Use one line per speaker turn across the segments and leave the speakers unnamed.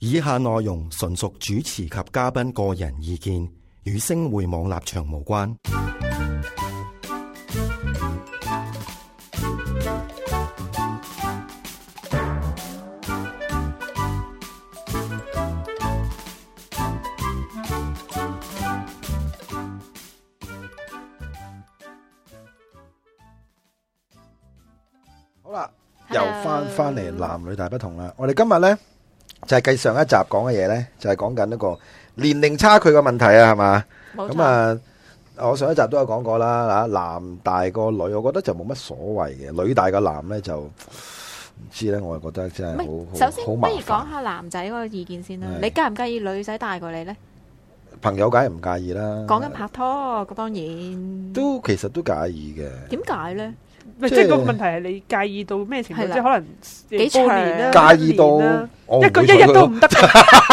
以下內容純屬主持及嘉賓個人意見，與星匯網立場無關。
好啦，又
Hello
翻翻嚟男女大不同啦。我哋今日呢，就係繼上一集講嘅嘢呢，就係講緊一個年齡差距嘅問題啊，係嘛？
冇錯
咁啊，我上一集都有講過啦，嗱，男大過女，我覺得就冇乜所謂嘅，女大過男呢，就唔知呢，我係覺得真
唔係，
係好
首先
好好
不
麻
如
煩
講。下男仔嗰個意見先啦。
係
你介唔介意女仔大過你呢？
朋友梗係唔介意啦，
講緊拍拖，咁當然。
都其實都介意嘅。
點解呢？
咪
即
即
係
係個問題係你介意到咩程度？
係啦
即係可能
幾長
半年啦，
介意到
一年啦
我唔
一個
會
一
同佢
日都唔得，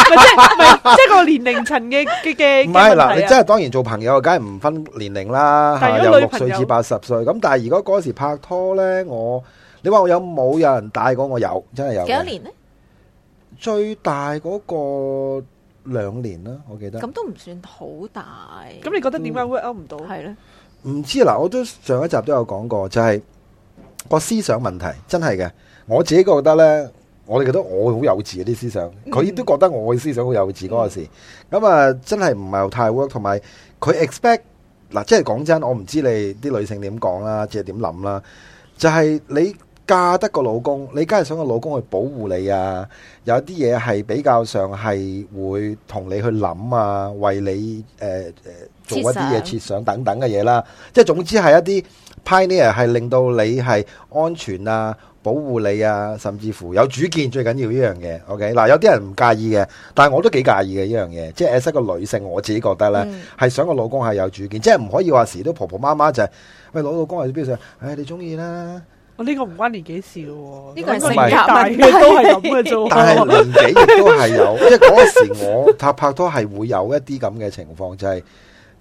咪即係咪即係個年齡層嘅嘅嘅
唔係
嘅問題
嗱，
啊
你真係當然做朋友，梗係唔分年齡啦，
但
嚇
係如
由
果
六
女朋
歲
友
至八十歲。咁但係如果嗰時拍拖咧，我你話我有冇有人大過我有，真係有嘅。
幾多年呢？
最大嗰個兩年啦，我記得。
咁都唔算好大。
咁你覺得點解 work out 唔到？
係咧？
唔知嗱，我都上一集都有講過，就係、個思想問題，真係嘅。我自己覺得呢，我哋覺得我好幼稚啊啲思想，佢都覺得我嘅思想好幼稚嗰陣時，咁啊、真係唔係太 work，同埋佢 expect 嗱，即係講真，我唔知你啲女性點講啦，即係點諗啦，就係、你。嫁得個老公，你梗係想個老公去保護你啊！有啲嘢係比較上係會同你去諗啊，為你誒誒、呃做一啲嘢
設
設想等等嘅嘢啦。即係總之係一啲 pioneer 係令到你係安全啊、保護你啊，甚至乎有主見最緊要呢樣嘢。OK，嗱有啲人唔介意嘅，但係我都幾介意嘅呢樣嘢。即係 as 一個女性，我自己覺得咧
嗯
係、想個老公係有主見，即係唔可以話時都婆婆媽媽就係、喂老老公係邊想，唉、你中意啦，
我呢個唔關年紀事嘅喎，
呢個係
性格
年紀大
問題
嘅都係咁嘅啫
但係
喎。
年紀亦都係有， 即係嗰時我拍拍拖係會有一啲咁嘅情況，就係、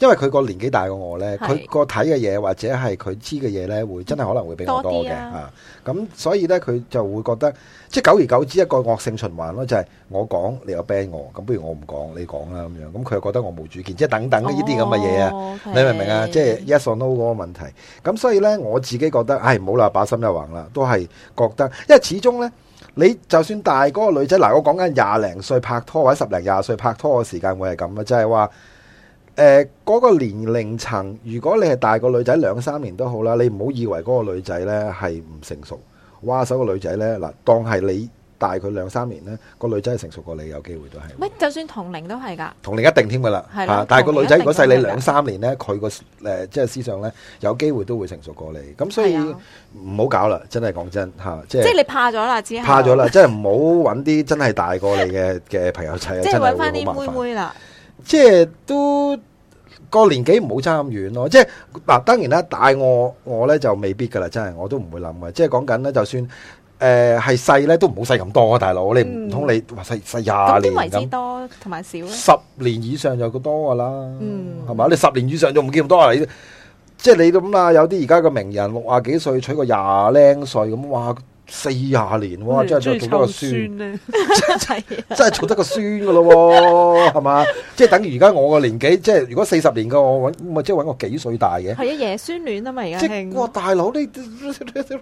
因為佢個年紀大過我呢，
係
佢個睇嘅嘢或者係佢知嘅嘢呢，會真係可能會比我多
多
嘅
啲啊
嚇。咁、所以呢，佢就會覺得，即係久而久之一個惡性循環咯，就係、我講你又 ban 我，咁不如我唔講你講啦咁樣，咁佢又覺得我冇主見，即係等等呢啲咁嘅嘢啊。
啊
你明唔明啊？即係 yes or no 嗰個問題。咁所以呢，我自己覺得，唉，唔好啦，把心一橫啦，都係覺得，因為始終呢，你就算大嗰個女仔，嗱，我講緊廿零歲拍拖或者十零廿歲拍拖嘅時間會係咁啊，就係話。呃誒嗰、個年齡層，如果你係大個女仔兩三年都好啦，你唔好以為嗰個女仔呢係唔成熟。哇！手個女仔呢，嗱，當係你大佢兩三年呢，個女仔係成熟過你，有機會都係。
喂，就算同齡都係㗎。
同齡一定添噶啦，
係
嚇！
啦
但係個女仔
同齡一
如
定
果細你
同齡㗎
兩三年咧，佢個誒即係思想咧，有機會都會成熟過你。咁所以
係啊
唔好搞啦，真係講真嚇，即
即係
係
你怕咗啦，之後
怕咗啦，真係唔好揾啲真係大過你嘅 嘅朋友仔啊，
即
真
係
係
揾翻
會好麻
啲妹
煩。
妹啦。
即係都個年紀唔好差咁遠咯。即係嗱，當然啦，大我我咧就未必噶啦，真係我都唔會諗嘅。即係講緊咧，就算誒係細咧，都唔好細咁多啊，大佬！你唔通你哇細細
嗯咁
廿
點為
年
之
咁？
多同 埋少咧？
十年以上就多噶啦，
嗯
係嘛、你十年以上就唔見咁多啦。啊你即係你咁啦，有啲而家嘅名人六啊幾歲娶個廿零歲咁，哇四廿年，哇嗯真係做得個孫，
酸咧，
係啊
真係做得個孫噶咯喎，係嘛？即係等於而家我個年紀，即係如果四十年嘅我揾，咪即係揾個幾歲大嘅。
係啊，爺孫戀啊嘛，而家
即係哇
興。
大佬呢啲，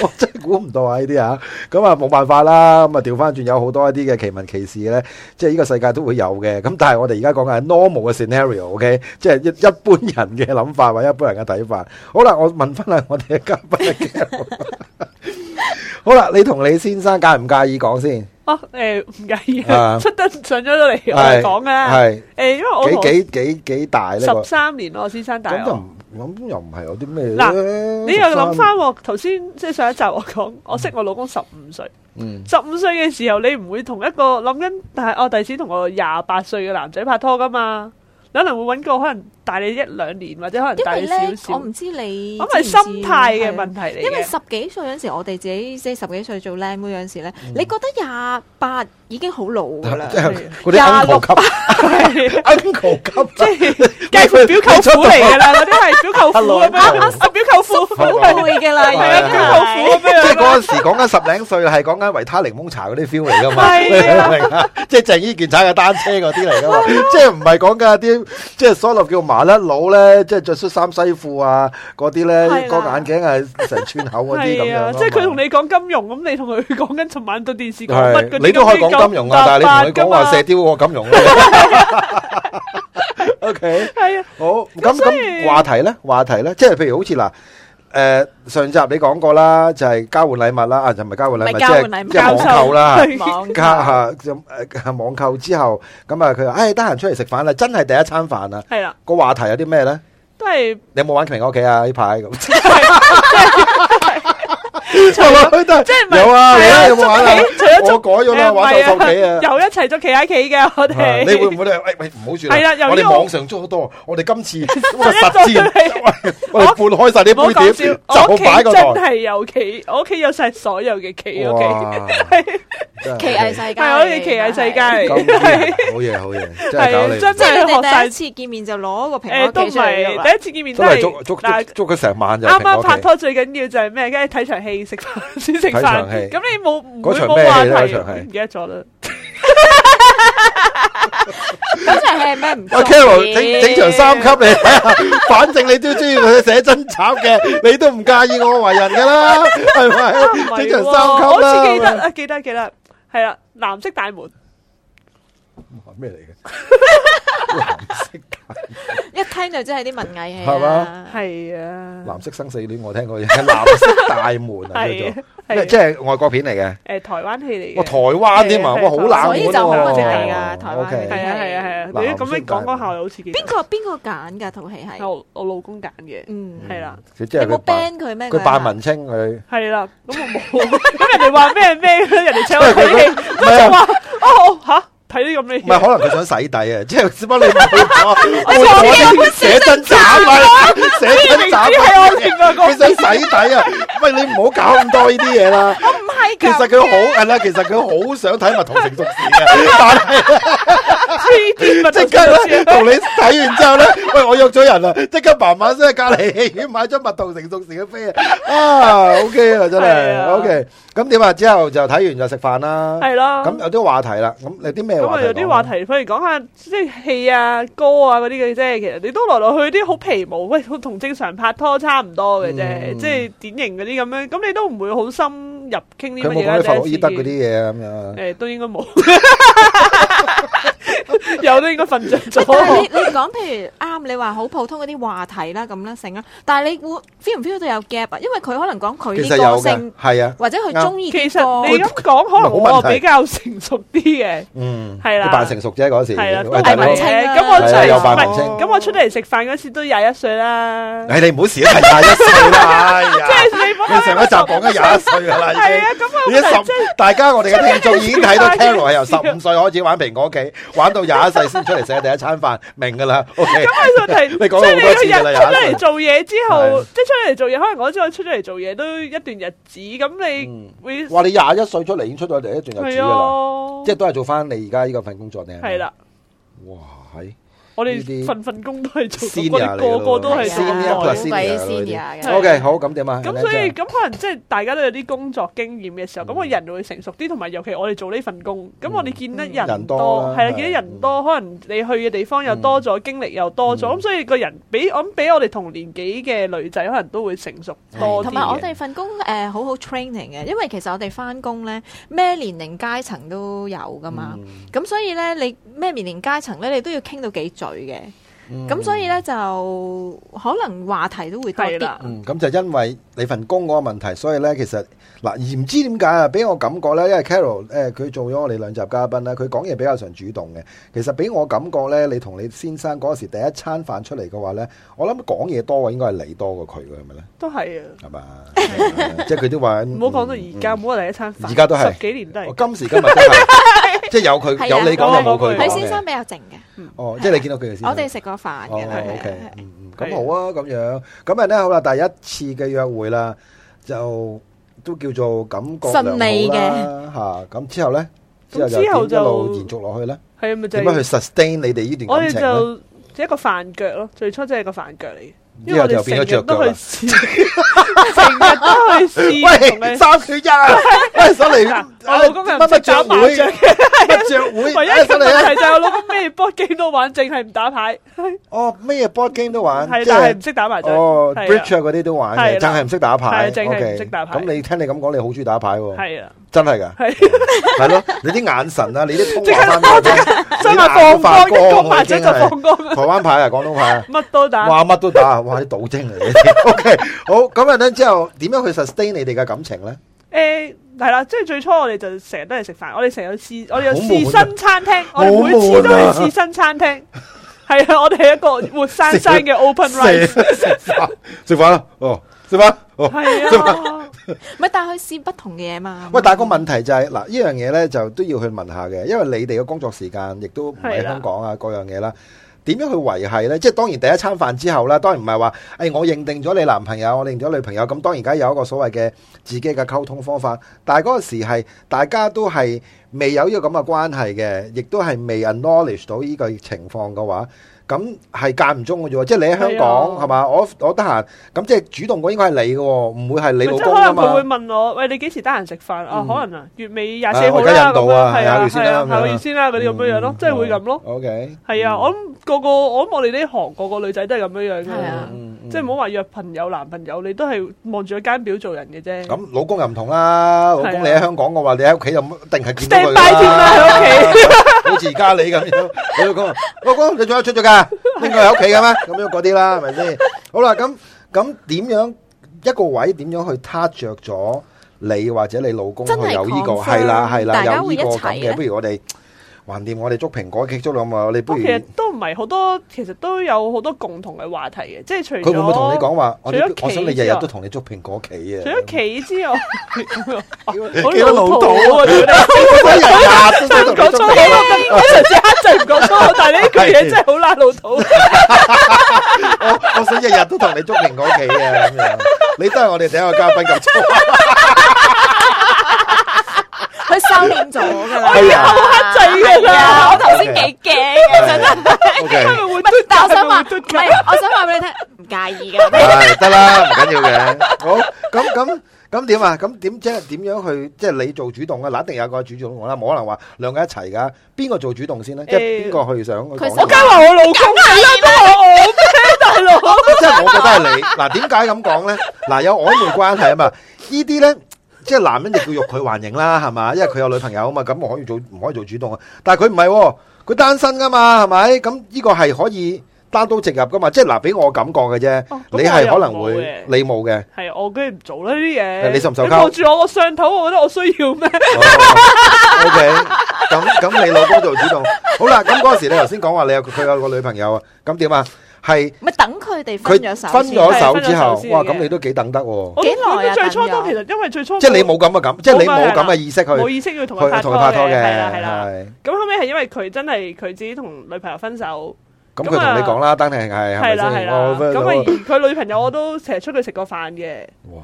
我真係估唔到啊！呢啲啊，咁啊冇辦法啦。咁啊調翻轉有好多一啲嘅奇聞奇事咧，即係呢個世界都會有嘅。咁但係我哋而家講緊係 normal 嘅 scenario，OK，、即係一一般人嘅諗法或者一般人嘅睇法。好啦，我問翻下我哋嘅嘉賓嘅 Carol 好啦，你同你先生介唔介意講先？
哦誒唔介意
啊
啊，出得上咗嚟我哋講啦。
係
誒，因為我同
幾幾幾幾大呢個
十？三年咯，我先生大
咁就
我。
唔咁又唔係有啲咩咧？
嗱你又諗
13
翻喎，頭先即係上一集我講，我識我老公十五歲，
嗯。
十五歲嘅時候你唔會同一個諗緊，但係我第時同我廿八歲嘅男仔拍拖噶嘛，你可能會揾個可能大你一兩年，或者可能
因
大
為
你
咧
少，少。
我唔知你
我
知
咪
唔知
心態嘅
係啊
問題嚟
因為
嘅。
十幾歲嗰陣時，我哋自己即係十幾歲做靚妹嗰陣時咧，你覺得廿八已經好老 㗎啦
即。係嗰
廿
啲
六
uncle 級，uncle 級，即係
介 乎表舅父嚟㗎啦，嗰啲係表舅父咁
阿老
樣，啊表舅父，
係
好攰㗎啦，
係
係啊，表舅父咁
即係
樣
嗰陣時講緊十零歲係講緊維他檸檬茶嗰啲 feel 嚟噶嘛， 你
係
明
啊
唔明啊？即係鄭伊健踩嘅單車嗰啲嚟噶嘛，即係唔係講緊啲即係所謂叫麻甩佬咧，即係着恤衫西褲啊嗰啲咧，
係啦
個眼鏡係成寸口嗰啲咁
係
樣啊
啊，
嘛。
即係佢同你講金融，咁你同佢講緊尋晚到電視講乜
係
嗰啲，
你都可以講金融啊，但係你同佢講話
石
射雕嗰個金融啊。OK。
係啊，
好，咁
所以
咁話題咧，話題咧，即係譬如好似嗱，诶、上集你講過啦，就係交換禮物啦，啊就唔係交換禮物，
唔係
即係
交換禮物
即係網 購啦，
交
網購
加吓咁诶網購之後，咁啊佢話唉得閒出嚟食飯啦，真係第一餐飯 啊！
係啦，
個話題有啲咩咧？
都係
你有冇玩瓊屋企啊？呢排咁，
即
即
係咪
有啊，你
係啊
啊有冇玩啊
捉棋除咗？捉
我改咗啦，玩
誒唔係啊
鬥獸棋啊！
又一齊捉棋喺棋嘅我
啊
哋。
你會唔會咧？喂喂，唔好住啦。
係啦由於
我哋
我
網上租好多，我哋今 次我哋實 戰，我哋
我
半開晒
唔好
啲杯
講
碟，
笑，
就
我屋企
擺個
真
台。
係有棋，我屋企有晒所有嘅棋，OK，
哇！真係
奇藝世界，
係好似棋藝世界
好
嚟，係
嘢好嘢，好嘢，真係搞
真
即
你，
係你
係學
哋
晒
第一次見面就攞個蘋
誒
果
都
企
唔
出嚟㗎
係
啦
第一次見面都
真係捉捉捉
嗱
捉佢成晚就
啱啱拍
蘋果
拖最緊要就係咩？梗係睇場戲食 飯先食
睇
飯
場戲，
咁你冇唔
嗰
會
場
冇
咩戲
話
咧嗰場戲
題，唔記得咗啦。
咁就係咩唔
棋。阿 Carol 整整場三級你 睇下，反正你都中意佢寫真炒嘅，你都唔介意我為人噶啦，係
啊唔係
咪？整場三
喎
級
我
啦
好似記得，啊，記得記得，係啦，藍色大門，
咩嚟
一聽就真係啲文藝戲
係
啦
嘛。
係啊
嘅？，藍色生死戀我聽過，藍色大門啊叫
係
做。
係
即係外國片嚟嘅，
誒台灣戲嚟
哇
嘅
台。灣添啊，
係
哇好冷門喎
所以就嗰個就係㗎台灣
OK
嗰啲
係啊係啊係啊，
藍
你
色
咁樣講講下，我好似記得
邊個邊個揀㗎套戲
係
係？
我我老公揀嘅，
嗯，
係啦
佢即
你
係佢
冇啊
扮
ban 佢咩？
佢扮文青佢，
係啦，咁我冇， 咁人哋話咩咩，人哋請我
因為佢
睇戲，
唔係啊
我話哦好吓睇啲咁嘅
唔係
嘢，
可能佢想洗底啊，即係只不過你冇咗，我
我哋有
啲寫真斬啊，寫真斬
明知係我另
啊
外，個
佢想洗底啊，喂你唔好搞咁多呢啲嘢啦。
唔係
其
㗎，
實佢好係啦，其實佢好想睇蜜桃成熟時嘅，但係
黐線 啊！
即刻咧同你睇完之後咧， 喂我約咗人啦，即刻慢慢先喺隔離戲院買張蜜桃成熟時嘅飛啊，啊 OK 啦真
係
係
啊
OK，咁點啊？之後就睇完就食飯啦。
係啦，
咁有啲話題啦，咁有啲咩
咁
話
啊
題講？
有啲話題，不如講下即係戲啊、歌啊嗰啲嘅啫。其實你都來來去啲好皮毛，喂，同正常拍拖差唔多嘅啫，
嗯
即係典型嗰啲咁樣。咁你都唔會好深入傾啲
佢
乜
冇
嘢
講
啦。
啲
第一
弗洛
次
伊德嗰啲
見
嘢咁樣啊。
誒都應該冇， 有都應該瞓着
但係你
咗。
你講譬如啱，你話好普通嗰啲話題啦咁啦，成啦，但係你會 feel 唔 feel 到有 gap 啊？因為佢可能講佢
其
啲
實
個
有嘅
性，，
係啊，
或者佢中意
其
啲
實
歌
你咁講，可能
冇
我
問題
比較成熟啲嘅，
嗯，
係啦
佢扮成熟啫嗰時。
係啦，都
喂
係
大佬
文
文
青
青
嘅。
啊
咁我出
係啊有扮
嚟，
文
唔
青
係咁我出嚟食飯嗰時都廿一歲啦。
唉，你唔好時都提廿一歲啦，哎呀
即係你
你上一集 講緊廿一歲噶啦，已
係啊，
經。
咁啊，
已經十
即係，
大家我哋嘅聽眾已經睇到
真係
Carol 係由十五歲開始玩蘋果機，玩到廿一歲先出嚟食第一餐飯，明噶 啦，OK。
咁啊係問題。
你講
即
咗好
係你
多
個
次㗎啦廿一
人出咗嚟
歲。
做嘢之後，
係
即係出嚟做嘢，可能我知我出咗嚟做嘢都一段日子，咁
嗯
你會
哇！你廿一歲出嚟已經出咗嚟一段日子
係
噶啦，
啊，
即係都係做翻你而家呢個份工作定
係啦。。
哇！係。
我
呢啲
哋份份工都係做
Senior
過，我哋個個都係做
Senior
過
plus
嘅。
好鬼
senior
senior
嘅
OK，好咁點啊？
咁所以咁可能即係大家都有啲工作經驗嘅時候，咁個人會成熟啲，同埋尤其我哋做呢份工，咁我哋見得
人
人
多
多，
啦
係啊，
係
見得人多，可能你去嘅地方又多咗，經歷又多咗，咁所以個人比我諗比我哋同年紀嘅女仔可能都會成熟多啲嘅。
同埋我哋份工誒好好 training 嘅，因為其實我哋翻工咧咩年齡階層都有噶
啊
嘛，
Ừ. 嗯
咁所以咧你咩年齡階層咧你都要傾到幾嘴嘅，
Ừ.
咁所以咧就可能話題都會多
係
啲
啦。
嗯，咁就因為你份工嗰個問題，所以咧其實嗱，而唔知點解啊，俾我感覺咧，因為 Carol 誒、佢做咗我哋兩集嘉賓啦，佢講嘢比較上主動嘅。其實俾我感覺咧，你同你先生嗰時第一餐飯出嚟嘅話咧，我諗講嘢多嘅應該係你多過佢嘅，係咪咧？
都係啊，
係嘛？即係佢都話
唔好講到而家，唔。好話第一餐飯，
而家都係
十幾年都
我
係。
今時今日都 係，即係有佢有你講就冇佢講
佢
係啊
嘅
先生比較靜嘅，
哦，即係你見到佢嘅先生
我哋食過飯
哦
嘅啦。係啊係
，OK，Ừ,
啊
嗯嗯，
係
咁好啊，咁樣，咁啊咧好啦，第一次嘅約會啦，就都叫做感覺
順利嘅
良好啦，吓，咁之後咧，之後
咁之
就
後
點一路
就
延續落去咧，
係啊咪就
點樣去
係
sustain 你哋呢段
我
感
哋
情咧？
就一個飯腳咯，最初真係個飯腳嚟嘅，因為
之後
我
就
哋
變咗
成日
着腳
都去
啦。
試，成日都去試 同
喂，
你。
三缺一 啊！喂，上嚟
嗱我
哎
老公又唔
乜乜
識
着
打麻
會，
雀
乜着 會，
唯一
哎
嘅
上嚟
問
啊！
題就係我老公咩 board game 都玩，淨係唔打牌，
哦，咩 board game 都玩，
係
即
但係
係
唔。識打麻雀。
哦
係啊
，bridge 啊嗰啲都玩嘅，
係啦
真係唔識打牌，
係淨係唔
OK
識打牌
咁你聽你咁講，你好中意打牌喎，
係 啊，
真 係㗎，
係
係咯，你啲眼神啊，你啲通話翻嚟，
所以話
你眼都
放
發
光，一
光
講
啊
麻
已經
雀就
係
放光啦，
台灣牌啊，廣東牌啊，
乜都打。
哇乜都打，哇啲賭精嚟嘅 ，OK，好，咁啊咧之後點樣去 sustain 你哋嘅感情咧？
诶，系啦，即係最初我哋就成日都係食飯，我哋成日去試，我哋有
好悶啊
試新餐廳，
好
我哋每次都
悶啊
去試新 餐廳。係啊，我哋係一個活生生嘅 open
食
rice。
食飯食飯啦，哦，食飯哦。
係啊，
唔係，但係佢試不同嘅嘢嘛。
喂，但係個問題就係、嗱，呢樣嘢咧就都要去問下嘅，因為你哋嘅工作時間亦都唔喺
係啦
香港啊，各樣嘢啦。點樣去維係咧？即係當然第一餐飯之後啦，當然唔係話，誒、我認定咗你男朋友，我認定咗女朋友，咁當然而家有一個所謂嘅自己嘅溝通方法。但係嗰個時係大家都係未有呢個咁嘅關係嘅，亦都係未 acknowledge 到呢個情況嘅話，咁係間唔中嘅啫喎。即係你喺香港
係啊
係嘛？我我得閒，咁即係主動嗰應該係你嘅喎，唔會係你
即
老
係
公
可
啊
能佢會
嘛。
問我，喂，你幾時得閒食飯啊
嗯？
可能啊，月尾廿四號
啊我而家印
啦，咁
度啊
樣係
下個
啊，
月先
係
啦
啊，
咁樣
下個月先啦，嗰啲咁樣樣咯，即係會咁咯。
Ừ, OK，Ừ,
係啊，我諗個個，我諗我哋呢行個個女仔都係咁樣樣
係啊
ừ,
嘅，即係唔好話約朋友、男朋友，你都係望住個間表做人嘅啫。
咁老公又唔同啦，老公你
係啊
喺香港嘅話，你喺屋企就一定係見到
à. stand
佢
by 添啦
啦。
喺屋企。
好似而家你咁樣，你老公，老公你仲有出咗㗎？應該喺屋企嘅咩？咁樣嗰啲啦，係咪先？好啦，咁咁點樣一個位點樣去撻着咗你或者你老公去
真係
有呢個
confirm，
係啦係啦，
大家
有
會
呢
一
個
齊
咁嘅，
呢
不如我哋橫掂我哋捉蘋果棘足啦嘛，我哋不
不過
如
其實
佢
都唔係好多，其實都有好多共同嘅話題嘅，即係除咗
會唔會同你講話？我
除
哋
咗棋
我想你日日
之外
都同你捉蘋果棋啊！
除咗棋 之外，
幾多
好
老土啊！
屌你
日日
真 係
都同你
唔講粗
捉
口，
棋。
我上次黑仔唔講粗口，但係呢句嘢真係好拉老土。
我我想日日都同你捉蘋果棋啊咁樣，你都係我哋第一個嘉賓咁粗。
佢收斂咗 㗎啦。
係啊
黑仔㗎
係啊
啦
我，頭 先幾驚嘅真係。
O
係
K，
咪會
唔係，但我 想話，
係咪會
唔
嘟㗎
係，我想話俾你聽，唔介意嘅。
係得啦，唔緊要嘅。好，咁咁咁點啊？咁點即係點樣去即係你做主動啊？嗱，一定有個主動啦，冇可能話兩個一齊㗎。邊個做主動先咧？即係邊個去想去講
佢想
我梗係話我老公㗎啦，都係我咩大佬？
即係我覺得係你。嗱，點解咁講咧？嗱，有曖昧關係啊嘛，呢啲咧。即係男人亦叫欲拒還迎啦，係嘛？因為佢有女朋友啊嘛，咁我可以做唔可以做主動啊？但係佢唔係喎，佢單身噶嘛，係咪？咁呢個係可以單刀直入噶嘛？即係嗱，俾我感覺嘅啫，
哦咁
你係
我又
可能
冇
會
嘅
你冇嘅。
係我梗係唔做啦呢啲嘢。
你受唔受溝
你望住我個上頭，我覺得我需 要咩？
O K，咁咁你老公做主動，好啦，咁嗰時你頭先講話你有佢有個女朋友啊，咁點啊？係
咪等佢哋分
佢
咗手
分
先
咗手
係分咗
之後
手，先
哇！
嘅
咁你都幾等得喎，
我
幾耐啊
最初
等
都
咗
其實因為最初
即係你冇咁嘅感，即係你冇咁嘅意識去
冇意識要同佢
去
拍
同
拖
佢拍拖
嘅，
嘅，
係啦係啦。
係
咁後尾係因為佢真係佢自己同女朋友分手，
咁佢
咁啊
同你講啦，單係係係咪
係啦係
先？
啦
我。
咁啊而佢女朋友我都成日出去食過飯嘅，
哇，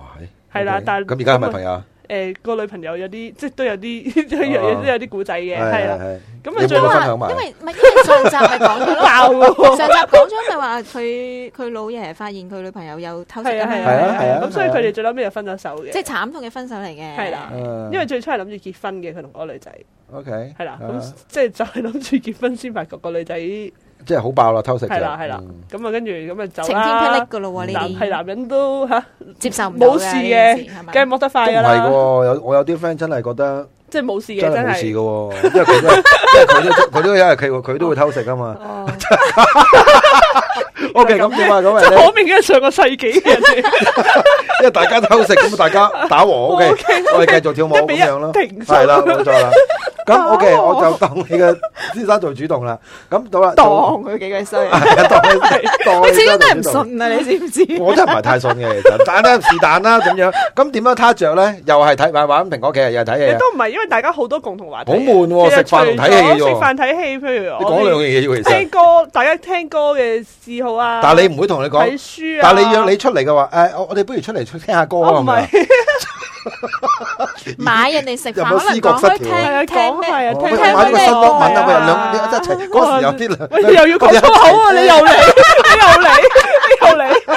係啦
OK，
但係
咁而家係咪朋友啊？
誒個女朋友有啲即係都有啲都有 都有啲古仔嘅，係啦。
哦係
咁
你
啊
冇
最
得
後
分
因為
享埋
因為唔係因為上集咪 講咗咯，
爆喎。
上集講咗咪話佢佢老爺發現佢女朋友有偷食
係
啊
啊
嘛，
係
係啊
啊係啊，
係啊
咁所以佢哋最後尾就分咗手嘅，
即係慘痛嘅分手嚟嘅。
係啦
係
因為最初係諗住結婚嘅，佢同嗰個女仔
O K
係啦，咁即係就係諗住結婚先發覺個女仔係
即係好爆啦，偷食就
啦係啦
嗯，
咁啊跟住咁啊走
晴天霹靂
啦。
噶咯喎，呢
男係
啲
男人都嚇，
接受唔到
冇事嘅
呢件事係咪
梗係剝得快
都唔
㗎
係
啦
喎，，有我有啲 friend 真係覺得。
即係冇事嘅
真係
真
冇事
係
嘅。喎，因為佢都 因為佢都佢都因為佢佢都會偷食啊 嘛。
哦
O K，咁點啊？咁 咪
即係
咧
好，明顯係上個世紀嘅人嚟，
因為大家偷食，咁大家打和。O K，我哋繼續跳舞咁樣咯。
一比一停手
係啦，冇錯啦。咁 OK，我就當你嘅先生做主動啦。咁到啦，
當
做，
佢幾句衰
係當你當
我
你
始
先生
終都
做
係唔
主動。
信啊！你知唔知？
我真係唔係太信嘅，其實，但係咧是但啦咁樣。咁點樣他着咧？又係睇玩玩蘋果劇，又係睇嘢
亦，都唔係因為大家好多共同話題
好
嘅。
悶喎！
其
食
實除
飯同睇戲
咗
啫
食
喎。
飯睇戲，譬如
你
我
講兩樣
哋
嘢啫喎，其
聽
實。
歌，大家聽歌嘅嗜好啊。
但係你唔會同你講
睇，書啊。哦
但係你約你出嚟嘅話，誒，我我哋不如出嚟聽下歌啊
我唔
咁樣。
係
買人哋食飯，
有冇
可
思
能
覺
講開
失調啊
係啊，
聽聽
講係
咩？
啊，
我
聽
不如
聽
買個
咩
新
歌
郎文啊，喂，兩一
啊
齊嗰時有啲兩
喂， 你又要講粗口啊！你又 嚟，你又嚟，你又嚟，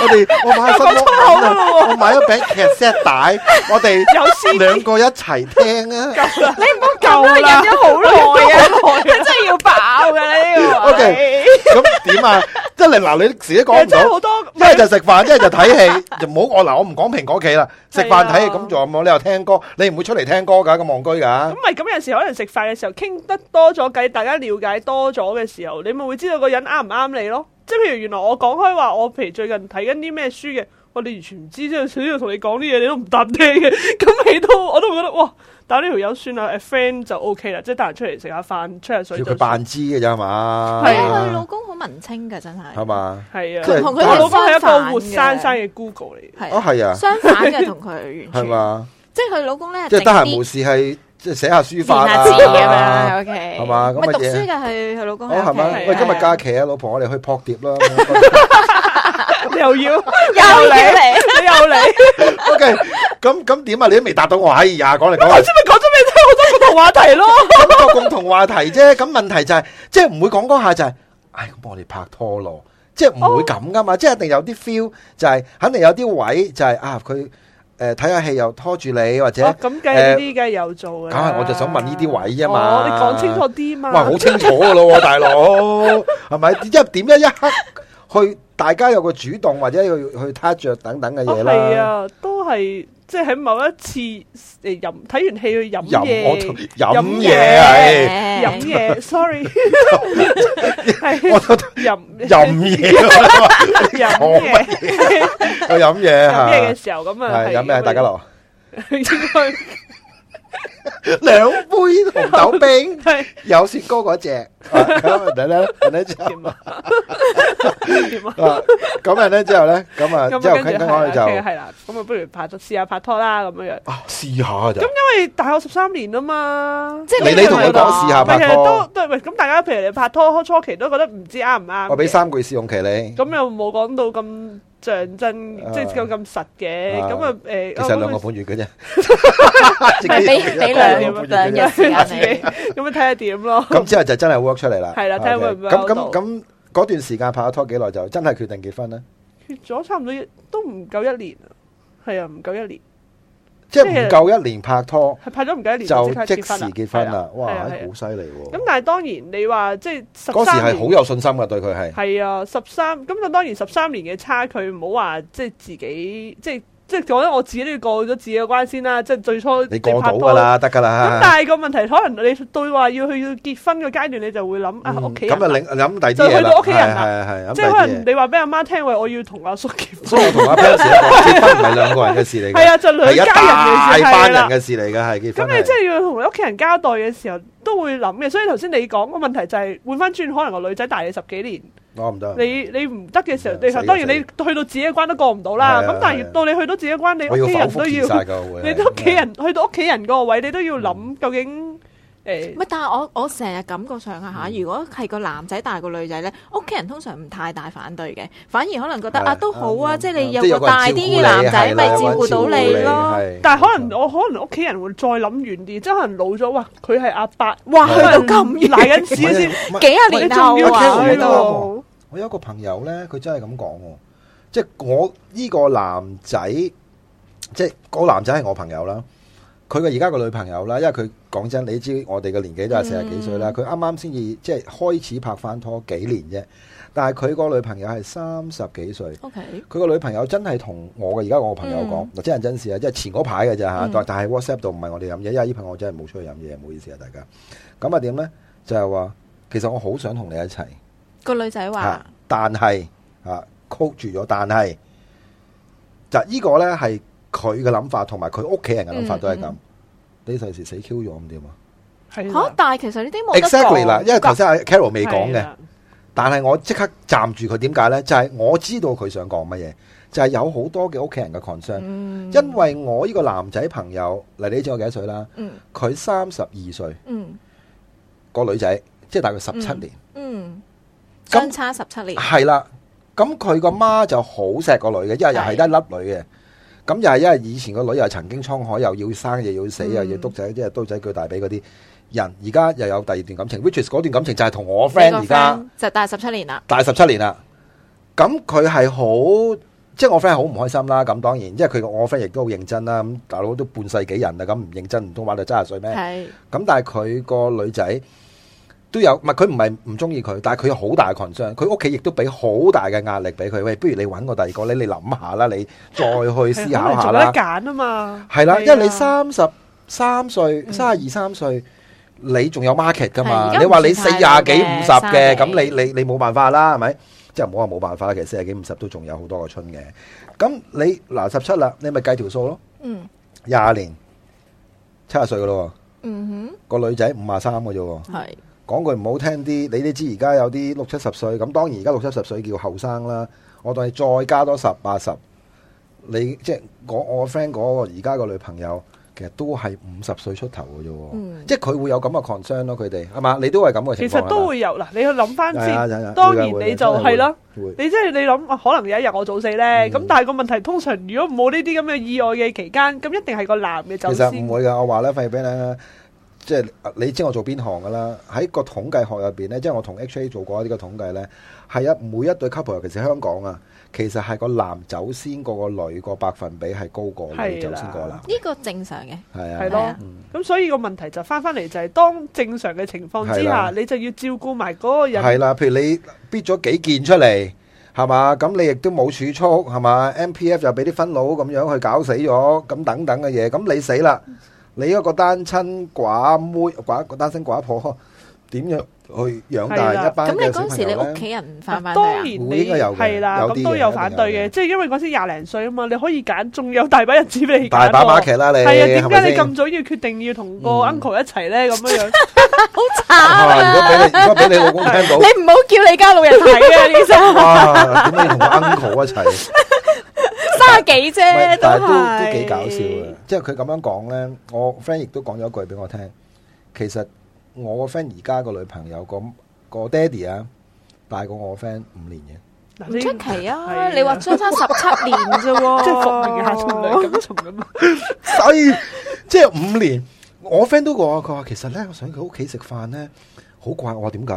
我哋我買新屋文啊，我買咗餅劇 set 帶，我哋
有先
兩個一齊聽啊。
你唔好咁
夠
啦，
啦
忍咗好耐啊！佢真係要爆噶呢個位
OK 咁點啊？即係嗱，你自己講唔
真係
到
哎好。多，
一係就食飯，一係就睇戲，就唔好我嗱，我唔講蘋果企啦，食飯睇戲
係啊
咁仲有冇？你又聽歌，你唔會出嚟聽歌㗎，咁戇居㗎
咁。咪咁有陣時可能食飯嘅時候傾得多咗偈，大家了解多咗嘅時候，你咪會知道個人啱唔啱你咯。即係譬如原來我講開話，我譬如最近睇緊啲咩書嘅，我哋完全唔知，即係佢呢度同你講啲嘢，你都唔答聽嘅。 咁你都我都覺得哇，打呢條友算啦，誒 friend 就 O K 啦，即係得閒出嚟食下飯，吹下水
叫
就
佢
算。
扮知嘅啫嘛，
係
係啊，佢老
啊，
公好文青噶，真係
係嘛？
係啊，
即係我
同佢
我
哋
老公係一個
相
活
反
生
嘅
生嘅 Google 嚟嘅。
係
哦，係啊，
相反嘅同 佢完
係
全，
嘛？
即係佢老公咧，
即係得
整
閒
啲
無事係即係寫下書法
練下字咁
啊。
樣，OK，
係嘛咁
咪
乜
讀
嘢
書嘅佢佢老公
哦，
喺
係
屋企
嘛？
係啊
喂，今
係
日
啊
假期啊，老婆，我哋去撲碟啦。
又要 又
又
嚟，
嚟
你又嚟，
O K，咁咁點啊？你都未答到我，哎呀，講嚟 講
頭
去
先。咪講咗俾你聽好多共同話題 咯。
咁個共同話題啫。咁問題就係、即係唔會講嗰下就係、唉，咁我哋拍拖咯，即係
哦
唔會咁噶嘛。即係一定有啲 feel，就係、肯定有啲位就係、啊，佢誒睇下戲又拖住你，或者
哦，咁梗係呢啲梗係有做嘅。
梗係我就想問呢啲位啫嘛
哦，你講清楚啲嘛。
哇好清楚噶咯喎，大佬係咪？因為點一一刻去大家有個主動或者去去 touch 著等等嘅
哦
嘢
係
啦。
啊，都係即係喺某一次誒飲睇完戲去飲
飲我
嘢，
飲
飲
嘢
嘢
係
飲
誒
嘢。Sorry，係
我都
飲
飲 嘢，
飲
講
嘢
我飲嘢
飲嘢
係
嘅時候咁啊，
係飲咩？大家
落
樂
應 該
兩杯紅豆冰。
係
有雪糕嗰只，啊咁人咧，人咧之後，
點啊？點啊？
啊咁人咧之後咧，咁啊
咁啊
之後
跟住
傾傾
係啦
開就
係啦，咁啊不如拍試下拍拖啦咁樣樣。
啊試下就，
因為大學十三年啊嘛，
即係
你
你
你同佢
同佢
講
講
試下
咪其
拍
實都
拖，
都喂咁，大家譬如你拍拖初期都覺得唔知啱唔啱嘅，
我俾三個月試用期你，
咁又冇講到咁象真，
啊
即係咁咁實嘅，
啊
咁啊誒，
其實
哦
兩個
咁啊
半月嘅啫，自
咪
己
俾
用嘅啫
俾
兩
兩
個
兩
半月嘅啫
日時間你，
咁啊睇下點咯。
咁之後就真係 work 出嚟啦，
係啦睇下
Ờ, OK，
會唔會
咁咁
有到
咁嗰段時間拍咗拖幾耐就真係決定結婚咧，
缺咗差唔多一都唔夠一年啊，係啊，唔夠一年，
即係唔夠一年拍拖
係拍咗唔夠一年
就
刻
即時
結婚啦
結婚
係啊
啦，哇
係啊係啊
好犀利喎！
咁但係當然你話即係十
嗰時
三
係
年
好。有信心嘅對佢係。
係啊，十三咁就當然十三年嘅差距，唔好話即係自己，即係即係講緊我自己都要過咗自己嘅關先啦。即係最初
你過
拍
到
拖
㗎。啦，得㗎
咁
啦。
但係個問題，可能你到話要去要結婚嘅階段，你就會諗啊屋企人
咁啊，
啊，
諗諗第啲嘢啦，
就去到屋企人啦
係係係，
即
係
係可能你話俾阿媽聽，喂，我要同阿叔結婚，
所以我同阿 Pan 講，結婚唔 係兩個人嘅事嚟
係
嘅，
啊，就兩
係
家
一大
人嘅事係
班
啦。
人嘅事嚟嘅，係結
咁
婚
你即
係。
係要同你屋企人交代嘅時候，都會諗嘅。所以頭先你講個問題就係、換翻轉，可能個女仔大你十幾年。
我唔得，
你你唔得嘅時候，
係啊
你
死啊
當然
死啊
你去到自己嘅關都過唔到啦。
係啊
咁但
係
係
啊
到你去到自己嘅關，你
我
屋
要
企
剖
人都
腹填
要，
曬㗎會係。
你都屋企人去到屋企人嗰個位，你都要諗究竟誒
唔係，但係我我成日感覺上啊嚇，如果係個男仔大過女仔咧，屋企人通常唔太大反對嘅，反而可能覺得
係
啊都好啊，
啱
即係你
即係
有個
人
大啲嘅男仔，咪照顧到你
係啦有個人照顧
咯。
你係
但係可能我可能屋企人會再諗遠啲，即係可能老咗，哇！佢係阿伯，
哇，
係
去到咁
賴
遠，
緊屎先，
唔係
幾
你
廿年
仲
後
要
啊，
企
去
喺
到
度，
我有一個朋友咧，佢真係咁講喎，即係我呢個男仔，即係嗰個男仔係我朋友啦。佢嘅而家個女朋友啦，因為佢講真，你知我哋嘅年紀都係四十幾歲啦。佢啱啱先至即係開始拍翻拖幾年啫，但係佢個女朋友係三十幾歲。
OK，
佢個女朋友真係同我嘅而家我個朋友講，嗱真人真事啊，即係前嗰排嘅咋嚇
嗯，
但但係 WhatsApp 度唔係我哋飲嘢，因為呢排我真係冇出去飲嘢，唔好意思啊大家。咁啊點呢？就係話其實我好想同你一齊
個女仔話
嚇，但係啊 call 住咗，但係就呢個呢係佢嘅諗法，同埋佢屋企人嘅諗法都係咁
嗯。
你第時死 Q 咗咁點啊？
係
吓，但係其實呢啲冇得
exactly 啦，因為頭
講㗎，
先阿 Carol 未講
係
嘅，
啦
但係我即刻站住佢，點解呢？就係、我知道佢想講乜嘢，就係、有好多嘅屋企人嘅 concern，、
嗯
因為我呢個男仔朋友嚟，你知我幾多歲啦？
嗯
佢三十二歲，
嗯
個女仔即係大概十七年，
嗯，
咁
相差十七年，
係啦、咁佢個媽就好錫個女嘅，因為又係
係
得一粒女嘅。咁又係因為以前個女又曾經滄海，又要生又要死，
嗯
又要篤仔，即係刀仔鋸大髀嗰啲人，而家又有第二段感情，which is 嗰段感情就係同我 friend 而
你個
家。
friend 就大十七年啦，
大十七年啦。咁佢係好，即係我 friend 好唔開心啦。咁當然，因為佢我 friend 亦都好認真啦。咁大佬都半世紀人啦，咁唔認真唔通玩到七十歲咩？
係
咁但係佢個女仔都有，唔係佢唔係唔中意佢，但係佢有好大嘅 concern。佢屋企亦都俾好大嘅壓力俾佢。喂，不如你揾個第二個咧，你諗下啦，你再去思考下 啦。
係，可能仲有得揀啊嘛。
係啦，因為你
係啊。
三十三歲、三十二三歲，你仲有 market 噶嘛？
係
你話你四廿幾
而
五十
家唔算
嘅，
太老嘅
咁你你你冇辦法啦，係咪？即係唔好話冇辦法啦，其實四廿幾五十都仲有好多個春嘅。咁你嗱十七啦，你咪計條數咯，
嗯
廿年七十歲噶咯喎，
嗯
個女仔五廿三嘅啫喎。
哼係
講句唔好聽啲，你都知而家有啲六七十歲，咁當然而家六七十歲叫後生啦。我當你再加多十八十，你即係我我 friend 嗰個而家個女朋友，其實都係五十歲出頭嘅啫喎。
嗯
即係佢會有咁嘅 concern 咯，佢哋係嘛？你都係咁嘅情況。
其實都會有，嗱，你要諗返先，
係嘛係啊係啊
當
會
然
嘅會嘅
你就
真會
係咯
會
你即係你諗，啊可能有一日我早死咧，咁、
嗯
但係個問題通常如果冇呢啲咁嘅意外嘅期間，咁一定係個男嘅走
其實
先
唔。會㗎，我話咧，費俾你啦，即係你知我做邊行㗎啦。喺個統計學入邊咧，即係我同 HA 做過一啲嘅統計咧，係啊，每一對 couple，尤其是香港啊，其實係個男走先過個女個百分比係高過女
係
走
啦
先過男，
呢個正常嘅，
係啊，
係
係
咯
啊，
咁所以個問題就翻翻嚟就係、當正常嘅情況之
係啦
下，你就要照顧埋嗰個人。
係啦，譬如你逼咗幾件出嚟。係嘛？咁你亦都冇儲蓄，係嘛？M P F 就俾啲分佬咁樣去搞死咗，咁等等嘅嘢，咁你死啦！你一個單親寡妹、寡個單身寡婆，點樣去養大
係啦
一班
咁
嘅
你
小
嗰陣
朋
時你
友
屋
咧？
企人反唔
嗱
反
當
對啊？
然
會應
你
該有嘅
係啦，
有啲
咁
嘢
都有
一定
反
有
對
嘅
嘅，即係因為嗰時廿零歲啊嘛，你可以揀，仲有大把日子俾你揀
大
喎。
把 market 啦，你
係啊，點
係咪
解你
先？嗯
咁早要決定要同個 uncle 一齊咧？咁樣樣
哇！如果俾你，如果俾你老公聽 到，
你唔好叫你家老人睇啊，呢生
哇！點解要同個 uncle 一齊？
卅幾
喂
啫，
但係
都
都都幾搞笑嘅
嘅。，
即係佢咁樣講咧，我 friend 亦都講咗一句俾我聽。其實我個 friend 而家個女朋友個個爹哋啊，大過我 friend 五年嘅，
嗱
唔
你
出奇
係
啊！你話相差十七年 啫喎，
即係伏明下從良咁從咁。
所以哎即係五年。我 friend 都講啊，佢話其實咧，我上佢屋企食飯咧，好怪。我話點解？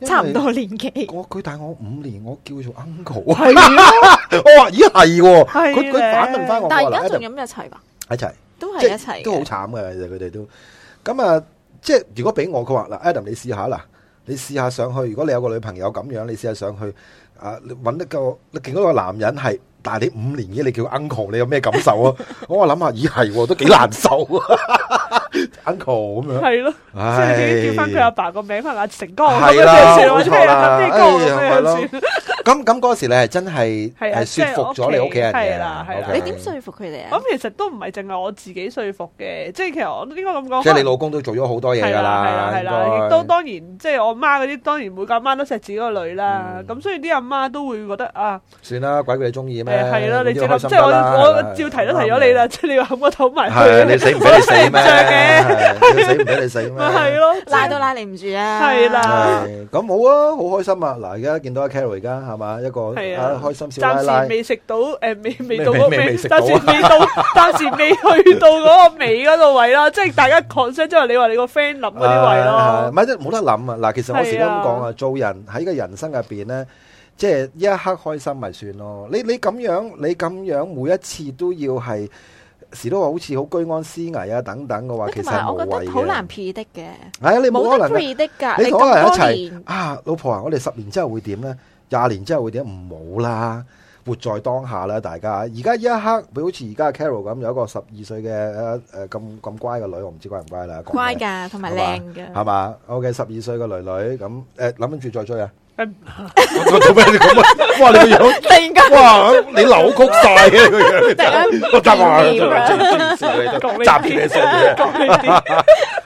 因為
差唔多年紀。
我佢大我五年，我叫做 uncle 啊。 我話咦係喎，
係
佢佢
咧
反問翻我，
啊但
我
係
話
而家仲
嗱
有咩一齊㗎？
一齊。
都
即
係一齊
都好
嘅。
慘嘅，其實佢哋都咁啊！即係如果俾我，佢話嗱，Adam 你試下啦，你試下上去。如果你有個女朋友咁樣，你試下上去啊，你揾一個你見到個男人係大你五年嘅，你叫 uncle，你有咩感受 啊？我話諗下，咦係喎，都幾難受啊，uncle 咁樣。
係咯，即
唉
係叫翻佢阿爸個名，可能阿成哥咁
係
樣
啦
算，或
冇
者
錯
咩啊
啦
阿咩哥
哎呀係
咁
咯
樣算。
咁咁嗰時你係真係
係啊
係說服咗你屋企人
即係屋企
嘅
係啦係啦，
OK
你點說服佢哋啊
咁？其實都唔係淨係我自己說服嘅，即係其實我應該咁講。
即係你
可能
老公都做咗好多嘢
係
㗎
啦，
啦，
係啦，係
應
啦，
該
亦都當然，即係我媽嗰啲，當然每個阿媽都錫自己個女啦。
嗯
咁所以啲阿媽都會覺得啊，
算啦，鬼叫你中意咩？
誒係咯，你
自己
自己諗
開心
即係我
得啦
我
係啦
照提都提咗你啦，即係你要冚個頭埋
係
去，
你死唔俾你死 咩？
嘅，
係你死唔俾你死咩？
咪係咯，即
拉
係
都拉你唔住啊！
係啦
係。咁好啊，好開心啊！嗱，而家見到阿 Carol 而家係嘛一個
係
啊
啊
開心小奶
暫時
奶，
未食到 誒，未未
未
到嗰
未未
尾，
食到啊
暫時未到，暫時未去 到嗰個尾嗰度位啦。即係大家 concern，即係你話你個 friend 諗嗰啲位
啊
咯
唔。係即係冇得諗啊！嗱，其實我時都咁講
係
啊，做人喺個人生入邊咧。即係一刻開心咪算咯，你你咁樣你咁樣每一次都要係時都話好似好居安思危啊等等嘅話，其
同
實
埋
係無
我覺
謂
得好難
嘅。
predict 嘅，
係啊，你冇
冇
可
得
能㗎
predict 㗎。
你
咁
同一個人一
多
齊
年，
啊，老婆啊，我哋十年之後會點呢？廿年之後會點？唔好啦，活在當下啦，大家。而家呢一刻，譬如好似而家 Carol 咁，有一個十二歲嘅誒誒咁咁乖嘅女，我唔知乖唔乖啦。講
乖
咩
㗎，同埋
係嘛
靚㗎。
係嘛？OK，十二歲嘅女女咁誒，諗住再追啊？
誒
我做咩你咁啊？ 哇！你個樣，
突然間
哇！你扭曲晒啊嘅個樣，
突然間
我得啊，
變
真
臉啦
係黐線你都集住你數嘅。
講呢啲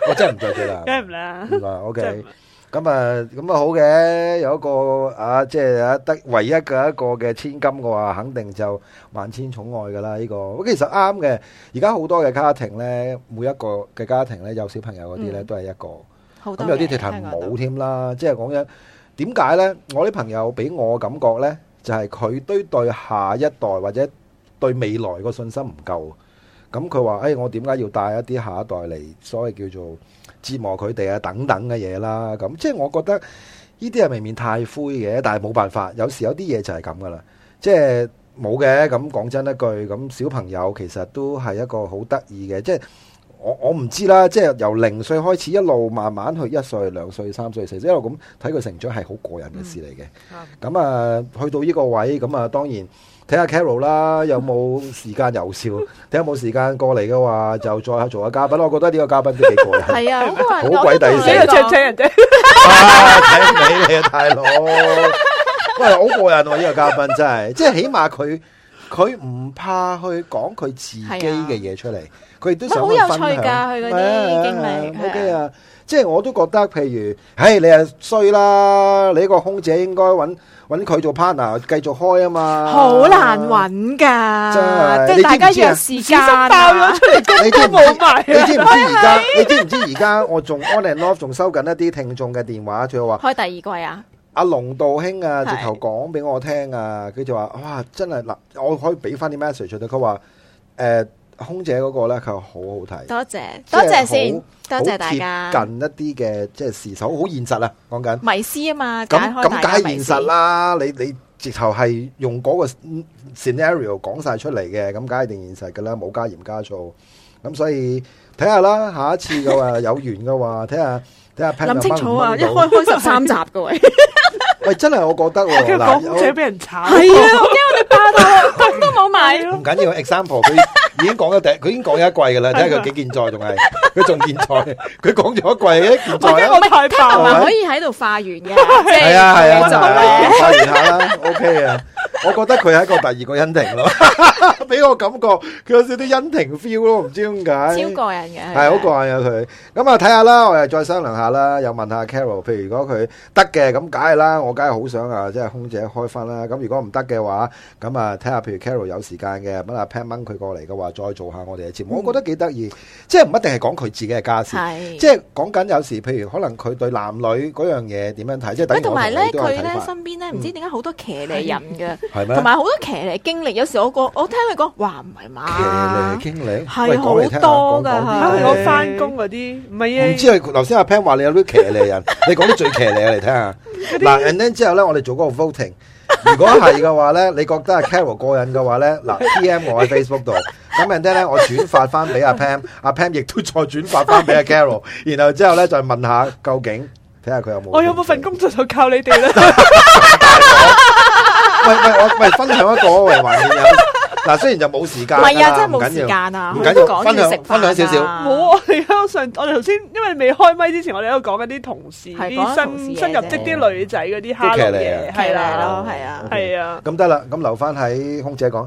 我真係唔對佢啦。
梗係唔啦，
原 來 OK，
真係唔係
咁啊，咁啊好嘅，有一個啊，即係啊得唯一嘅一個嘅千金嘅話，肯定就萬千寵愛㗎啦。呢、個咁其實啱嘅。而家好多嘅家庭咧，每一個嘅家庭咧，有小朋友嗰啲咧，
嗯
都係一個。
好多
咁有啲
嘅
直頭
香港
冇
都
添啦。即係講緊點解咧？我啲朋友俾我感覺咧，就係佢對對下一代或者對未來個信心唔夠。咁佢話：，誒、哎我點解要帶一啲下一代嚟，所謂叫做折磨佢哋啊，等等嘅嘢啦。咁即係我覺得呢啲係未免太灰嘅，但係冇辦法，有時有啲嘢就係咁噶啦。即係冇嘅，咁講真一句，咁小朋友其實都係一個好得意嘅，即係我我唔知啦，即係由零歲開始一路慢慢去一歲、兩歲、三歲、四歲，一路咁睇佢成長係好過癮嘅事嚟嘅。咁啊，去到呢個位，咁啊，當然睇下 Carol 啦，有冇時間遊笑，睇下有冇時間過嚟嘅話，就再做下嘉賓。我覺得呢個嘉賓都幾 過癮。
係啊，好多人
好鬼抵死
死
我
啦，
都同你
請請
講
人啫，
啊，睇你啊，大佬！喂，好過癮喎！呢個嘉賓真係，即係起碼佢佢唔怕去講佢自己嘅嘢出嚟，佢亦都想去分享。
好有趣㗎佢嗰啲經歷係啊
O K 啊，即係我都覺得，譬如，唉，你係衰啦，你個空姐應該揾揾佢做 partner 繼續開啊嘛。
好難。揾㗎，
真係
即係大家
你知唔知啊
約時
屎
間
忽
啊
爆咗出嚟
你知
都
唔知
冇？埋
你
啊！
知唔知而
哎
家？你知唔知而家我仲 on and off 仲收緊一啲聽眾嘅電話，仲有話。
開第二季啊！
阿龍道兄啊，直
係
頭講俾我聽啊，佢就話：哇，真係嗱，我可以俾翻啲 message 佢。佢話誒空姐嗰個咧，佢話好好睇，
多謝多謝先，
好
多謝大家。
貼近一啲嘅即係事手，好現實啊！講緊
迷思啊嘛，解
咁
開
咁，
大
梗
家
係
迷
現
思
實。啦！你你直頭係用嗰個 scenario 講晒出嚟嘅，咁梗係一定現實噶啦，冇加鹽加醋。咁所以睇下啦，下一次嘅話有緣嘅話，睇下睇下 Pan
諗清楚啊！一
有
開
冇
開十三集嘅喂，
喂，真係我覺得
跟
喎
住
嗱
講
有
空姐俾人炒，
係啊，我驚我哋霸到咁都冇 買
係。咯
唔緊要，example 佢已經講咗第，佢已經講咗一季噶啦，睇下佢幾健在仲係，佢仲健在，佢講咗一季嘅健
我
在
驚
啊，
我太
同
爆
係
啦
咪
埋可以喺度化完嘅，即
係啊係啊，
繼
真
續
係啊，發言下啦，OK 啊，我覺得佢係一個第二個恩婷咯， 俾我感覺佢有少啲恩婷 feel 咯，唔知點解
超。過癮嘅，
係好怪啊佢，咁啊睇下啦，我又再商量下啦，又問下 Carol，譬如如果佢得嘅，咁梗係啦，我梗係好想啊，即係空姐開翻啦。咁如果唔得嘅話，咁啊睇下譬如 Carol 有時間嘅，咁啊 Pat 掹佢過嚟嘅話，再做下我哋嘅節目，我覺得幾得意，即係唔一定係講佢自己嘅家事。
係
即係講緊有時，譬如可能佢對男女嗰樣嘢點樣睇，即係等於
喂，
我
同埋咧
你，都有
佢
睇
咧
法，
身邊咧，唔知點解好多騎呢人嘅，
係咩？
同埋好多騎呢經歷。有時我個我聽佢講，哇唔係嘛，
騎呢經歷
係
喂講嚟
好
聽下
多
講講
㗎
啲
啊
係
我翻工嗰啲唔
唔
係
知啊，頭先阿 Pan 話你有啲騎呢 人，你講啲最騎呢嚟聽下。嗱，and then 之後咧，我哋做嗰個 voting，如果係嘅話咧，你覺得阿 Carol 過癮嘅話咧，嗱 PM 我喺 Facebook 度，咁 and then 咧我轉發翻俾阿 Pan，阿 Pan 亦都再轉發翻俾阿 Carol，然後之後咧再問下究竟睇下佢有冇。
我有冇份？工作就靠你哋 啦，
喂喂，我喂分享一個喂，還有嗱，雖然就冇時
唔
間啦，
係啊，真係
唔
冇
緊
時
要。
間啊，
唔緊要
講
分
住
享
食飯
分享少少
啊
冇啊！我哋喺上，我哋頭先因為未開咪之前，我哋喺度講緊啲同事、
係講緊
啲
同事
新
嘢
新入職啲女仔嗰啲蝦碌嘢，
騎
係
呢
啦
咯，，係啊。
係 啊，
咁得啦，咁留翻喺空姐 講。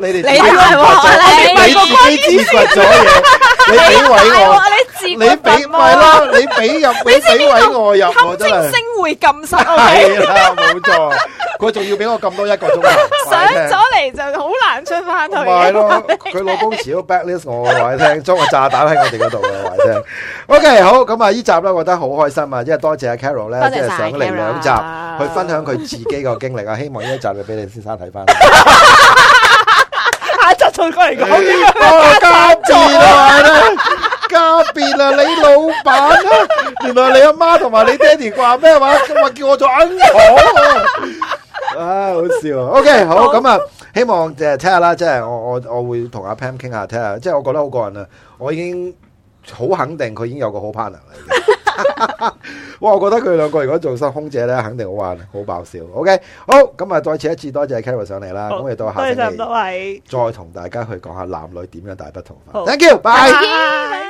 你哋自己
你係喎
掘咗你自己自掘咗嘢，你俾位我，
啊你
你
自
俾咪啦，你俾入，你俾位我入，我真係
星會咁實，OK，
係啦，冇錯。佢仲要俾我撳多一個鐘頭，
上
話你聽
咗嚟就好難出啊翻去。
啊咪咯，佢老公遲都 backlist 我嘅話你聽，裝個炸彈喺我哋嗰度嘅話你聽。OK，好咁啊！呢集咧，我覺得好開心啊，因為多謝阿 Carol 咧，
多謝
即係上嚟兩集
Carol
去分享佢自己個經歷啊！希望呢一集就俾你先生睇翻。
下一集再過嚟講。
哦，家別啦，家別啦，你老闆啊！原來你阿媽同埋你爹哋話咩話？話叫我做銀行啊！啊，好笑啊！OK，好咁啊，希望誒睇下啦，即係我我我會同阿 Pam 傾下，睇下，即係我覺得好過癮啊！我已經好肯定佢已經有個好 partner 嚟嘅。哇！我覺得佢兩個如果做新空姐咧，肯定好玩，好爆笑。OK，好咁啊，再次一次多謝 Carol 上嚟啦。咁我哋到
多
下
謝
星
晒咁
期
多位，
再同大家去講下男女點樣大不同法
好
Thank you，拜。
拜。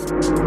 拜。